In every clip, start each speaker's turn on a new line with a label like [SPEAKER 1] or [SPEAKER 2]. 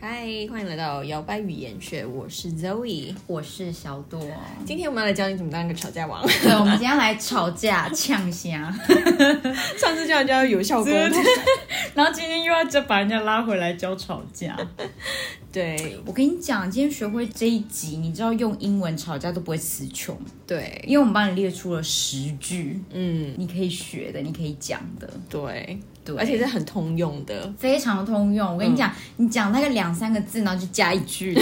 [SPEAKER 1] 嘿，欢迎来到摇摆语言学，我是 Zoe。
[SPEAKER 2] 我是小朵。
[SPEAKER 1] 今天我们要来教你怎么当一个吵架王。
[SPEAKER 2] 对，我们今天来吵架呛虾，
[SPEAKER 1] 上次教人家有效沟通，
[SPEAKER 2] 然后今天又要再把人家拉回来教吵架。
[SPEAKER 1] 对
[SPEAKER 2] 我跟你讲，今天学会这一集，你知道用英文吵架都不会词穷，
[SPEAKER 1] 对，
[SPEAKER 2] 因为我们帮你列出了十句
[SPEAKER 1] 嗯，
[SPEAKER 2] 你可以学的，你可以讲的，
[SPEAKER 1] 对，
[SPEAKER 2] 对，
[SPEAKER 1] 而且是很通用的。
[SPEAKER 2] 非常通用。我跟你讲，你讲那个两三个字，然后就加一 句，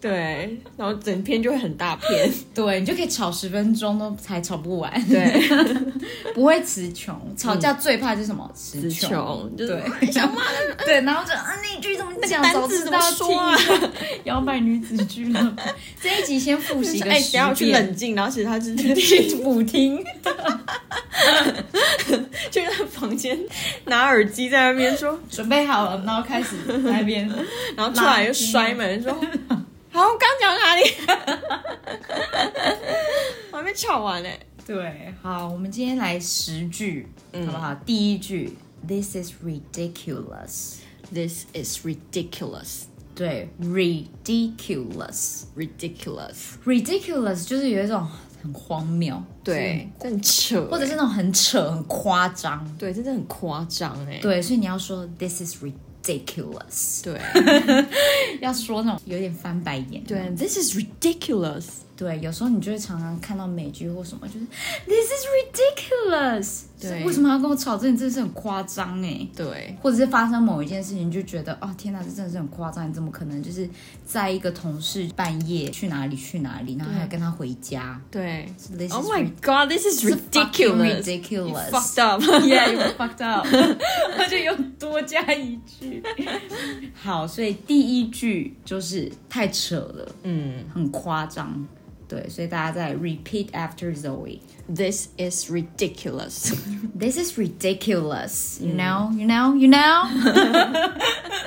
[SPEAKER 1] 对，然后整篇就会很大篇。
[SPEAKER 2] 对你就可以吵十分钟都才吵不完，
[SPEAKER 1] 对，
[SPEAKER 2] 不会词穷。吵架最怕是什么？词
[SPEAKER 1] 词
[SPEAKER 2] 穷。
[SPEAKER 1] 穷，就是
[SPEAKER 2] 对，想骂对，然后就啊，那一句怎么讲？
[SPEAKER 1] 单
[SPEAKER 2] 早
[SPEAKER 1] 字
[SPEAKER 2] 知
[SPEAKER 1] 怎
[SPEAKER 2] 道
[SPEAKER 1] 么说啊
[SPEAKER 2] 听一下摇摆女子俱乐 部这一集先复习
[SPEAKER 1] 就是
[SPEAKER 2] 个
[SPEAKER 1] 哎，
[SPEAKER 2] 十
[SPEAKER 1] 不要去
[SPEAKER 2] 遍，
[SPEAKER 1] 冷静，然后其实他是
[SPEAKER 2] 去补听。
[SPEAKER 1] 就在房间拿耳机在那边说，
[SPEAKER 2] 准备好了，然后开始那 边。
[SPEAKER 1] 然后出来又摔门说，好，我刚讲哪里？ 我还没吵完呢。
[SPEAKER 2] 对，好，我们今天来十句，
[SPEAKER 1] 嗯
[SPEAKER 2] 好不好？第一句，This is ridiculous。
[SPEAKER 1] This is ridiculous.
[SPEAKER 2] 对，ridiculous，ridiculous
[SPEAKER 1] Ridiculous.
[SPEAKER 2] 就是有一种很荒谬，
[SPEAKER 1] 对，这很扯，
[SPEAKER 2] 或者是那种很扯、很夸张。
[SPEAKER 1] 对，真的很夸张哎。
[SPEAKER 2] 对，所以你要说 This is ridiculous。
[SPEAKER 1] 对
[SPEAKER 2] 要说那种有点翻白眼。
[SPEAKER 1] 对，This is ridiculous.
[SPEAKER 2] 对，有时候你就会常常看到美剧或什么，就是 This is ridiculous，
[SPEAKER 1] 对
[SPEAKER 2] 就是为什么要跟我吵？这你真的是很夸张哎。
[SPEAKER 1] 对
[SPEAKER 2] 或者是发生某一件事情，你就觉得哦天哪，这真的是很夸张！你怎么可能就是在一个同事半夜去哪里去哪里，然后还跟他回家
[SPEAKER 1] 对。
[SPEAKER 2] ？This is
[SPEAKER 1] Oh my god, this is ridiculous. You
[SPEAKER 2] ridiculous.
[SPEAKER 1] fucked up.
[SPEAKER 2] Yeah, you fucked up. 他就又多加一句。 好，所以第一句就是太扯了。
[SPEAKER 1] 嗯
[SPEAKER 2] 很夸张。对，所以大家再 repeat after Zoe。
[SPEAKER 1] ，This is ridiculous.
[SPEAKER 2] This is ridiculous. You know, you know, you know.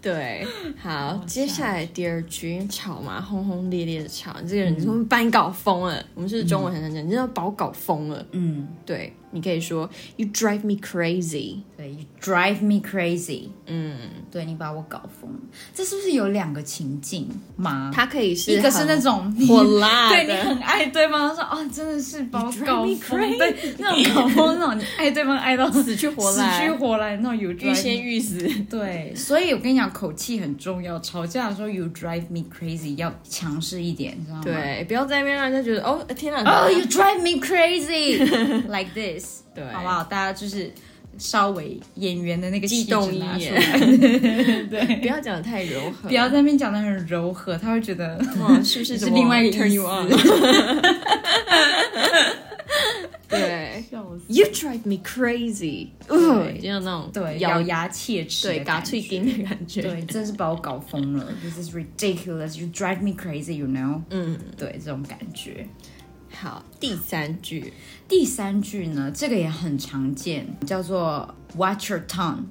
[SPEAKER 1] 对，好，接下来第二句吵嘛，轰轰烈烈的吵，你这个人怎么把你搞疯了？我们是中文很常讲，你真的把我搞疯了。
[SPEAKER 2] 嗯，
[SPEAKER 1] 对，你可以说 You drive me crazy。
[SPEAKER 2] 对，You drive me crazy。
[SPEAKER 1] 嗯，
[SPEAKER 2] 对你把我搞疯了。这是不是有两个情境吗？
[SPEAKER 1] 它可以是
[SPEAKER 2] 一个是
[SPEAKER 1] 很
[SPEAKER 2] 那种你
[SPEAKER 1] 火辣
[SPEAKER 2] 对
[SPEAKER 1] 的，
[SPEAKER 2] 你很爱对方，说哦，真的是把我
[SPEAKER 1] You drive
[SPEAKER 2] 搞
[SPEAKER 1] me
[SPEAKER 2] 疯，
[SPEAKER 1] crazy
[SPEAKER 2] 对那种搞疯那种，你爱对方爱到死
[SPEAKER 1] 去活来
[SPEAKER 2] 死去活来那种有
[SPEAKER 1] 欲仙欲死。
[SPEAKER 2] 对，所以我跟你讲，口气很重要。吵架的时候，you drive me crazy 要强势一点，你知道 吗？
[SPEAKER 1] 对，不要在那边让人家觉得哦，天哪！
[SPEAKER 2] Oh, you drive me crazy like this，
[SPEAKER 1] 对
[SPEAKER 2] 好不好？大家就是稍微演员的那个
[SPEAKER 1] 激
[SPEAKER 2] 气质
[SPEAKER 1] 动一
[SPEAKER 2] 拿出
[SPEAKER 1] 点
[SPEAKER 2] 来，
[SPEAKER 1] 不要讲的太柔和，
[SPEAKER 2] 不要在那边讲的很柔和，他会觉得
[SPEAKER 1] 嗯，是不是
[SPEAKER 2] 是
[SPEAKER 1] 怎么
[SPEAKER 2] 另外一个
[SPEAKER 1] turn
[SPEAKER 2] 意
[SPEAKER 1] you on？
[SPEAKER 2] 思。
[SPEAKER 1] 对
[SPEAKER 2] 笑死
[SPEAKER 1] ，You drive me crazy，
[SPEAKER 2] 对
[SPEAKER 1] 嗯，就像那种
[SPEAKER 2] 对，咬
[SPEAKER 1] 咬
[SPEAKER 2] 牙切齿，
[SPEAKER 1] 对嘎脆
[SPEAKER 2] 筋。
[SPEAKER 1] 筋的感觉。
[SPEAKER 2] 对，真是把我搞疯了。This is ridiculous. You drive me crazy. You know？
[SPEAKER 1] 嗯，
[SPEAKER 2] 对，这种感觉。
[SPEAKER 1] 好，第三句
[SPEAKER 2] 第三句呢，这个也很常见，叫做 watch your tongue，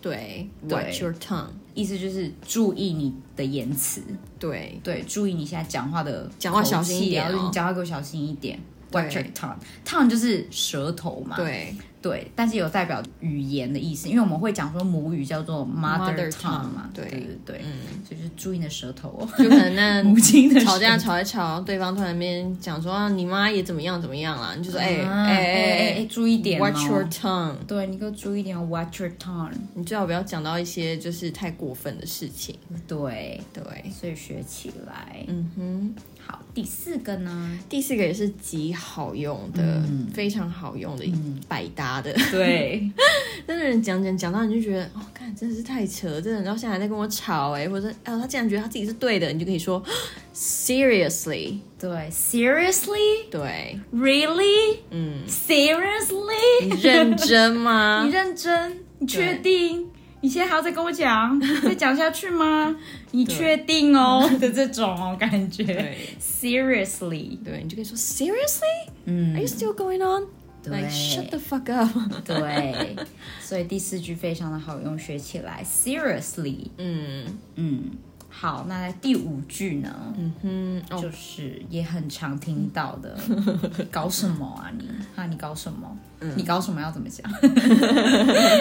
[SPEAKER 1] 对
[SPEAKER 2] 对
[SPEAKER 1] ，Watch your tongue，
[SPEAKER 2] 意思就是注意你的言辞。
[SPEAKER 1] 对
[SPEAKER 2] 对，注意你现在讲话的
[SPEAKER 1] 讲话小心一点哦
[SPEAKER 2] 口气然后你讲话给我小心一点。
[SPEAKER 1] 对
[SPEAKER 2] Watch your tongue. Tongue 就是舌头嘛，
[SPEAKER 1] 对
[SPEAKER 2] 对但是有代表语言的意思，因为我们会讲说母语叫做 mother
[SPEAKER 1] Mother tongue，
[SPEAKER 2] tongue 嘛，
[SPEAKER 1] 对
[SPEAKER 2] 对对对，
[SPEAKER 1] 嗯，
[SPEAKER 2] 所以就是注意你的舌头哦，
[SPEAKER 1] 就可能那
[SPEAKER 2] 母亲的舌头
[SPEAKER 1] 吵架吵一吵，对方突然间讲说啊你妈也怎么样怎么样啦，你就说哎
[SPEAKER 2] 啊
[SPEAKER 1] 哎哎
[SPEAKER 2] 哎
[SPEAKER 1] 哎
[SPEAKER 2] 注意点哦
[SPEAKER 1] ，Watch your tongue。
[SPEAKER 2] 对，你给我注意点哦，watch your tongue，
[SPEAKER 1] 你最好不要讲到一些就是太过分的事情。
[SPEAKER 2] 对，
[SPEAKER 1] 对，
[SPEAKER 2] 所以学起来。
[SPEAKER 1] 嗯哼。
[SPEAKER 2] 好，第四个呢？
[SPEAKER 1] 第四个也是极好用的，
[SPEAKER 2] 嗯
[SPEAKER 1] 非常好用的，百搭的。
[SPEAKER 2] 对，
[SPEAKER 1] 但是人讲讲讲到你就觉得，哦，看真的是太扯了，这人到现在还在跟我吵哎、或者哎呦，他竟然觉得他自己是对的，你就可以说 seriously。
[SPEAKER 2] 对，seriously，really，
[SPEAKER 1] 对，嗯，
[SPEAKER 2] seriously，
[SPEAKER 1] 你认真吗
[SPEAKER 2] 你？认真？你确定？你现在还要再跟我讲？再讲下去 吗？你确定哦的这种哦感觉。
[SPEAKER 1] 对，
[SPEAKER 2] Seriously，
[SPEAKER 1] 对，你就可以说 seriously。
[SPEAKER 2] 嗯
[SPEAKER 1] Are you still going on?
[SPEAKER 2] 对
[SPEAKER 1] Like shut the fuck up.
[SPEAKER 2] 对，所以第四句非常的好用，学起来。Seriously，
[SPEAKER 1] 嗯，
[SPEAKER 2] 嗯，好，那在第五句呢，
[SPEAKER 1] 嗯哼，哦，
[SPEAKER 2] 就是也很常听到 的，搞什么啊你？啊你搞什么？你搞什么要怎么讲？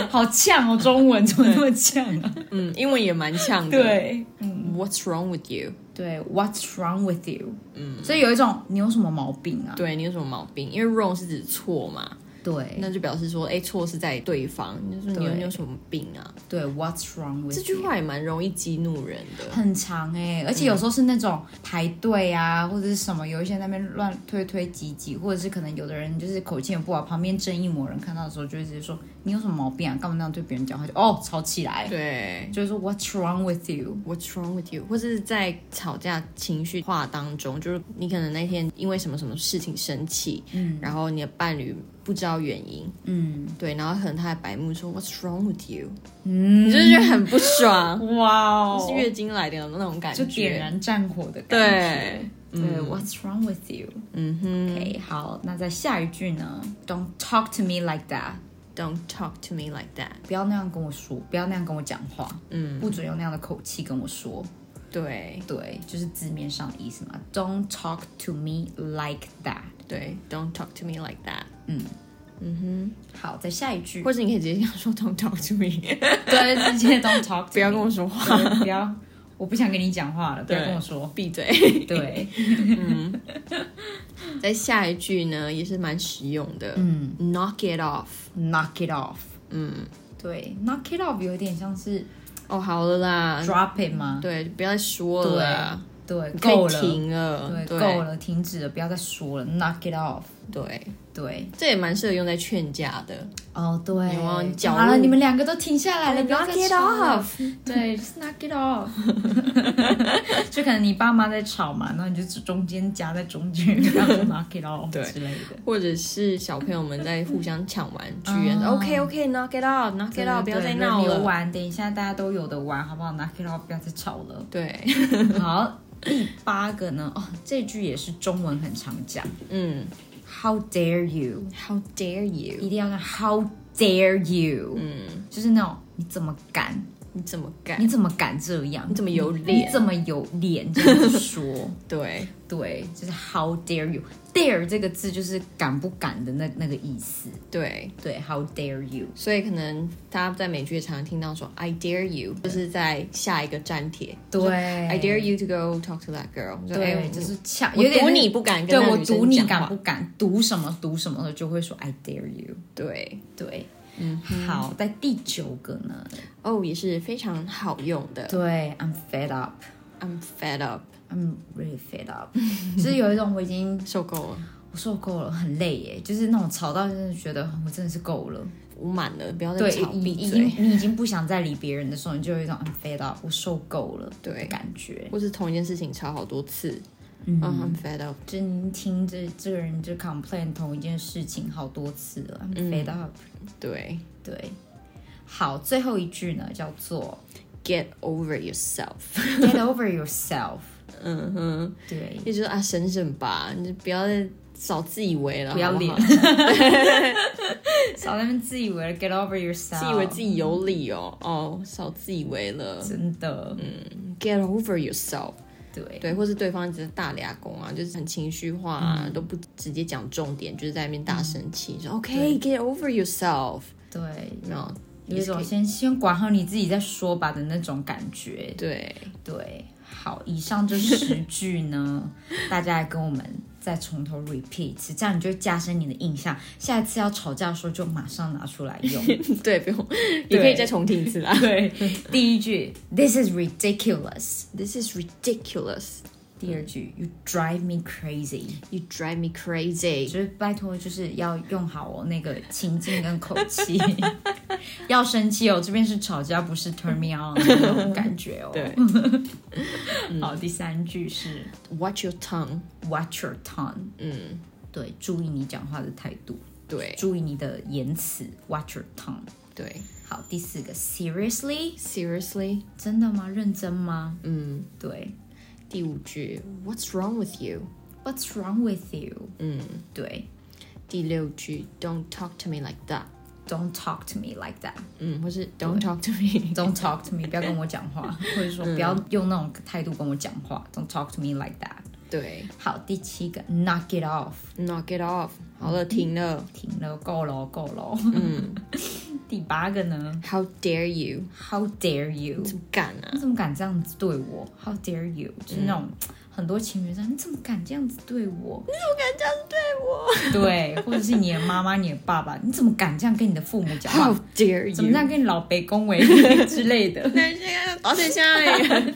[SPEAKER 2] 好呛哦，中文怎么那么呛啊？
[SPEAKER 1] 嗯，英文也蛮呛的。
[SPEAKER 2] 对，嗯，
[SPEAKER 1] ，What's wrong with you？
[SPEAKER 2] 对，What's wrong with you？嗯，所以有一种你有什么毛病啊？
[SPEAKER 1] 对你有什么毛病？因为 wrong 是指错嘛，
[SPEAKER 2] 对
[SPEAKER 1] 那就表示说，哎，错是在对方，你就说你有
[SPEAKER 2] 对
[SPEAKER 1] 你有什么病啊？
[SPEAKER 2] 对，What's wrong with
[SPEAKER 1] 这
[SPEAKER 2] you？
[SPEAKER 1] 句嗯话也蛮容易激怒人的。
[SPEAKER 2] 很长哎、而且有时候是那种排队啊，或者是什么，有一些在那边乱推推挤挤，或者是可能有的人就是口气很不好，旁边正义魔人看到的时候就会直接说你有什么毛病啊，干嘛那样对别人讲话就哦吵起来，
[SPEAKER 1] 对
[SPEAKER 2] 就是说 What's wrong with you？
[SPEAKER 1] ，What's wrong with you？或者是在吵架情绪化当中，就是你可能那天因为什么什么事情生气，嗯，然后你的伴侣不知道原因，
[SPEAKER 2] 嗯
[SPEAKER 1] 对，然后可能他还白目说 What's wrong with you？
[SPEAKER 2] 嗯，
[SPEAKER 1] 你就是觉得很不 爽，
[SPEAKER 2] 哇
[SPEAKER 1] 是月经来的那种感觉，
[SPEAKER 2] 就点燃战火的感觉。
[SPEAKER 1] 对，
[SPEAKER 2] 对、w h a t s wrong with you？
[SPEAKER 1] 嗯哼
[SPEAKER 2] OK，好，那在下一句呢？Don't talk to me like that，
[SPEAKER 1] ，Don't talk to me like that。
[SPEAKER 2] 不要那样跟我说，不要那样跟我讲话，
[SPEAKER 1] 嗯，
[SPEAKER 2] 不准用那样的口气跟我说。
[SPEAKER 1] 对
[SPEAKER 2] 对，就是字面上的意思嘛。Don't talk to me like that。
[SPEAKER 1] 对，Don't talk to me like that。嗯
[SPEAKER 2] 好，再下一 句，
[SPEAKER 1] 或者你可以直接跟他说 Don't talk to me，
[SPEAKER 2] 对，直接 Don't talk，
[SPEAKER 1] 不要跟
[SPEAKER 2] 我
[SPEAKER 1] 我说话，
[SPEAKER 2] 对，不要，我不想跟你讲话了，不要
[SPEAKER 1] 对
[SPEAKER 2] 跟我说。
[SPEAKER 1] 闭嘴。
[SPEAKER 2] 对，
[SPEAKER 1] 在下一句呢，也是蛮实用的。嗯，Knock it off。
[SPEAKER 2] knock it off。嗯，对，knock it off 有点像是
[SPEAKER 1] 哦，好了啦，
[SPEAKER 2] drop it 吗？
[SPEAKER 1] 对，不要再说了啦，
[SPEAKER 2] 对，
[SPEAKER 1] 你可以
[SPEAKER 2] 够了，
[SPEAKER 1] 停了，
[SPEAKER 2] 对，
[SPEAKER 1] 对，
[SPEAKER 2] 够了，停止了，不要再说了，knock it off。
[SPEAKER 1] 对，
[SPEAKER 2] 对，
[SPEAKER 1] 这也蛮适合用在劝架的。
[SPEAKER 2] 哦，对，
[SPEAKER 1] 有啊你脚
[SPEAKER 2] 好了，
[SPEAKER 1] 路
[SPEAKER 2] 你们两个都停下
[SPEAKER 1] 哎
[SPEAKER 2] 来了，不要
[SPEAKER 1] Knock
[SPEAKER 2] 再
[SPEAKER 1] it
[SPEAKER 2] 吵了
[SPEAKER 1] off。
[SPEAKER 2] 对，就是 knock it off。就可能你爸妈在吵嘛，然后你就中间夹在中间，然后 knock it off
[SPEAKER 1] 对
[SPEAKER 2] 之类的。
[SPEAKER 1] 或者是小朋友们在互相抢玩具啊
[SPEAKER 2] 啊
[SPEAKER 1] ，OK OK，knock it out，knock it out，不要再闹
[SPEAKER 2] 轮流
[SPEAKER 1] 了。。
[SPEAKER 2] 玩，等一下大家都有的玩，好不好？knock it off，不要再吵了
[SPEAKER 1] 对，
[SPEAKER 2] 好，第八个呢？哦，这句也是中文很常讲
[SPEAKER 1] 嗯
[SPEAKER 2] ，How dare you？
[SPEAKER 1] ，How dare you？
[SPEAKER 2] 一定要用 How dare you？嗯，就是那种你怎么敢？
[SPEAKER 1] 你怎么敢？
[SPEAKER 2] 你怎么敢这样？
[SPEAKER 1] 你怎么有
[SPEAKER 2] 你
[SPEAKER 1] 脸？
[SPEAKER 2] 怎么有脸这样子说？
[SPEAKER 1] 对
[SPEAKER 2] 对，就是 How dare you dare 这个字就是敢不敢的那那个意思。
[SPEAKER 1] 对，
[SPEAKER 2] 对，How dare you？
[SPEAKER 1] 所以可能大家在美剧也常常听到说 "I dare you"，就是在下一个粘贴。
[SPEAKER 2] 对
[SPEAKER 1] 就说，I dare you to go talk to that girl 就。哎
[SPEAKER 2] 对，
[SPEAKER 1] 我
[SPEAKER 2] 就是呛，
[SPEAKER 1] 我
[SPEAKER 2] 有点
[SPEAKER 1] 赌
[SPEAKER 2] 是
[SPEAKER 1] 你。不敢跟
[SPEAKER 2] 对
[SPEAKER 1] 那
[SPEAKER 2] 我
[SPEAKER 1] 女
[SPEAKER 2] 赌
[SPEAKER 1] 生
[SPEAKER 2] 你
[SPEAKER 1] 讲
[SPEAKER 2] 敢
[SPEAKER 1] 话。
[SPEAKER 2] 不敢，赌什么赌什么的就会说 I dare you。
[SPEAKER 1] 对，
[SPEAKER 2] 对，嗯，好，在第九个呢，
[SPEAKER 1] 哦，也是非常好用的。
[SPEAKER 2] 对，I'm fed up。
[SPEAKER 1] I'm fed up，
[SPEAKER 2] I'm really fed up，就是有一种我已经
[SPEAKER 1] 受够了，
[SPEAKER 2] 我受够了，很累耶，就是那种吵到真的觉得我真的是够了。
[SPEAKER 1] 我满了，不要再
[SPEAKER 2] 对，
[SPEAKER 1] 吵，
[SPEAKER 2] 已
[SPEAKER 1] 闭
[SPEAKER 2] 已
[SPEAKER 1] 嘴
[SPEAKER 2] 经。你已经不想再理别人的时候，你就有一种 I'm fed up，我受够了
[SPEAKER 1] 对
[SPEAKER 2] 的感觉。
[SPEAKER 1] 或是同一件事情吵好多次，
[SPEAKER 2] 嗯
[SPEAKER 1] 嗯、很 fed up。
[SPEAKER 2] 就你听着这个人就 complain 同一件事情好多次了，I'm
[SPEAKER 1] 嗯
[SPEAKER 2] fed up、
[SPEAKER 1] 对
[SPEAKER 2] 对，好，最后一句呢叫做
[SPEAKER 1] ，get over yourself，
[SPEAKER 2] get over yourself。
[SPEAKER 1] 嗯哼，
[SPEAKER 2] 对，
[SPEAKER 1] 也就是啊，省省吧，你就不要再少自以为了，
[SPEAKER 2] 不要
[SPEAKER 1] 好
[SPEAKER 2] 脸
[SPEAKER 1] 好，
[SPEAKER 2] 少在那边自以为了 get over yourself，
[SPEAKER 1] 自以为自己有理哦，哦，少自以为了
[SPEAKER 2] 真的，嗯，
[SPEAKER 1] ，get over yourself。
[SPEAKER 2] 对
[SPEAKER 1] 对，或是对方一直大俩工啊，就是很情绪化啊，都不直接讲重点，就是在那边大生气，说 OK，get、over yourself，哦
[SPEAKER 2] 对，
[SPEAKER 1] 然后
[SPEAKER 2] 有一
[SPEAKER 1] 也是可
[SPEAKER 2] 种
[SPEAKER 1] 以
[SPEAKER 2] 先先管好你自己再说吧的那种感觉。
[SPEAKER 1] 对
[SPEAKER 2] 对，好，以上这十句呢，大家来跟我们再从头 repeat 一次，这样你就会加深你的印象，下一次要吵架的时候就马上拿出来用。
[SPEAKER 1] 对，不用，也可以再重听一次啦。
[SPEAKER 2] 对，第一句 This is ridiculous，
[SPEAKER 1] This is ridiculous.
[SPEAKER 2] 第二句 You drive me crazy，
[SPEAKER 1] You drive me crazy.
[SPEAKER 2] 就是拜托，就是要用好哦那个情境跟口气，要生气哦，这边是吵架，不是 turn me on 的那种感觉哦。
[SPEAKER 1] 对，
[SPEAKER 2] 好，第三句是
[SPEAKER 1] Watch your tongue.
[SPEAKER 2] Watch your tongue，
[SPEAKER 1] 嗯，
[SPEAKER 2] 对，注意你讲话的态度。
[SPEAKER 1] 对
[SPEAKER 2] 注意你的言辞，watch your tongue。
[SPEAKER 1] 对
[SPEAKER 2] 好，第四个，seriously，
[SPEAKER 1] ，Seriously，
[SPEAKER 2] 真的吗？认真吗？
[SPEAKER 1] 嗯，
[SPEAKER 2] 对
[SPEAKER 1] 第五句，What's wrong with you？
[SPEAKER 2] ，What's wrong with you？
[SPEAKER 1] 嗯，
[SPEAKER 2] 对
[SPEAKER 1] 第六句，Don't talk to me like that。
[SPEAKER 2] don't talk to me like that，
[SPEAKER 1] 嗯，或是 Don't talk to me，
[SPEAKER 2] Don't talk to me，不要跟我讲话，或者
[SPEAKER 1] 嗯
[SPEAKER 2] 说不要用那种态度跟我讲话。Don't talk to me like that。
[SPEAKER 1] 对
[SPEAKER 2] 好，第七个，knock it off，
[SPEAKER 1] ，knock it off，好了，停了
[SPEAKER 2] 停了，够了，够了。
[SPEAKER 1] 嗯
[SPEAKER 2] 第八个呢
[SPEAKER 1] ，How dare you，
[SPEAKER 2] ，How dare you？
[SPEAKER 1] 怎么敢啊？
[SPEAKER 2] 你怎么敢这样子对我？How dare you？就是
[SPEAKER 1] 嗯
[SPEAKER 2] 那种、很多情侣说你怎么敢这样子 对我？
[SPEAKER 1] 你怎么敢这样对我
[SPEAKER 2] 对，或者是你的妈妈、你的爸爸，你怎么敢这样跟你的父母讲话
[SPEAKER 1] ？How？dare
[SPEAKER 2] 怎么这
[SPEAKER 1] you？
[SPEAKER 2] 样跟你老北 恭维 之类的？
[SPEAKER 1] 男生啊保险箱而已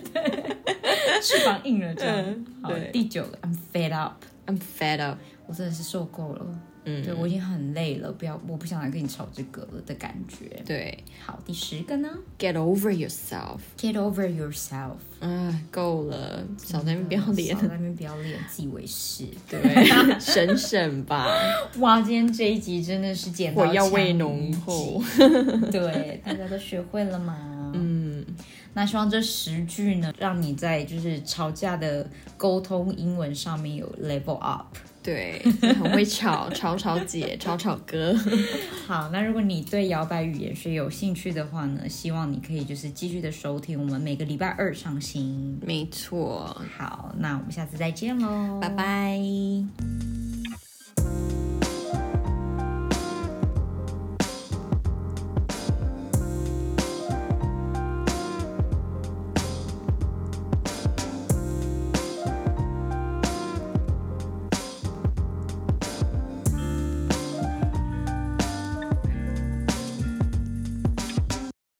[SPEAKER 2] 翅膀硬了这样
[SPEAKER 1] 嗯。
[SPEAKER 2] 好
[SPEAKER 1] 对，
[SPEAKER 2] 第九个，I'm fed up。
[SPEAKER 1] ，I'm fed up，
[SPEAKER 2] 我真的是受够了，
[SPEAKER 1] 嗯
[SPEAKER 2] 对我已经很累了，不要，我不想来跟你吵这个了的感觉。
[SPEAKER 1] 对
[SPEAKER 2] 好，第十个呢
[SPEAKER 1] ，Get over yourself，
[SPEAKER 2] ，get over yourself，嗯
[SPEAKER 1] 啊，够了，少在那边不要脸
[SPEAKER 2] 少，在那边不要脸，自以为是。
[SPEAKER 1] 对，省省吧，
[SPEAKER 2] 哇，今天这一集真的是剪刀
[SPEAKER 1] 火
[SPEAKER 2] 枪
[SPEAKER 1] 药味浓厚，
[SPEAKER 2] 对，大家都学会了吗？
[SPEAKER 1] 嗯，
[SPEAKER 2] 那希望这十句呢，让你在就是吵架的沟通英文上面有 level up。
[SPEAKER 1] 对，很会吵，吵吵姐，吵吵哥，
[SPEAKER 2] 好，那如果你对摇摆语言学有兴趣的话呢，希望你可以就是继续的收听，我们每个礼拜二上新。
[SPEAKER 1] 没错，
[SPEAKER 2] 好，那我们下次再见喽，
[SPEAKER 1] 拜拜。
[SPEAKER 2] 拜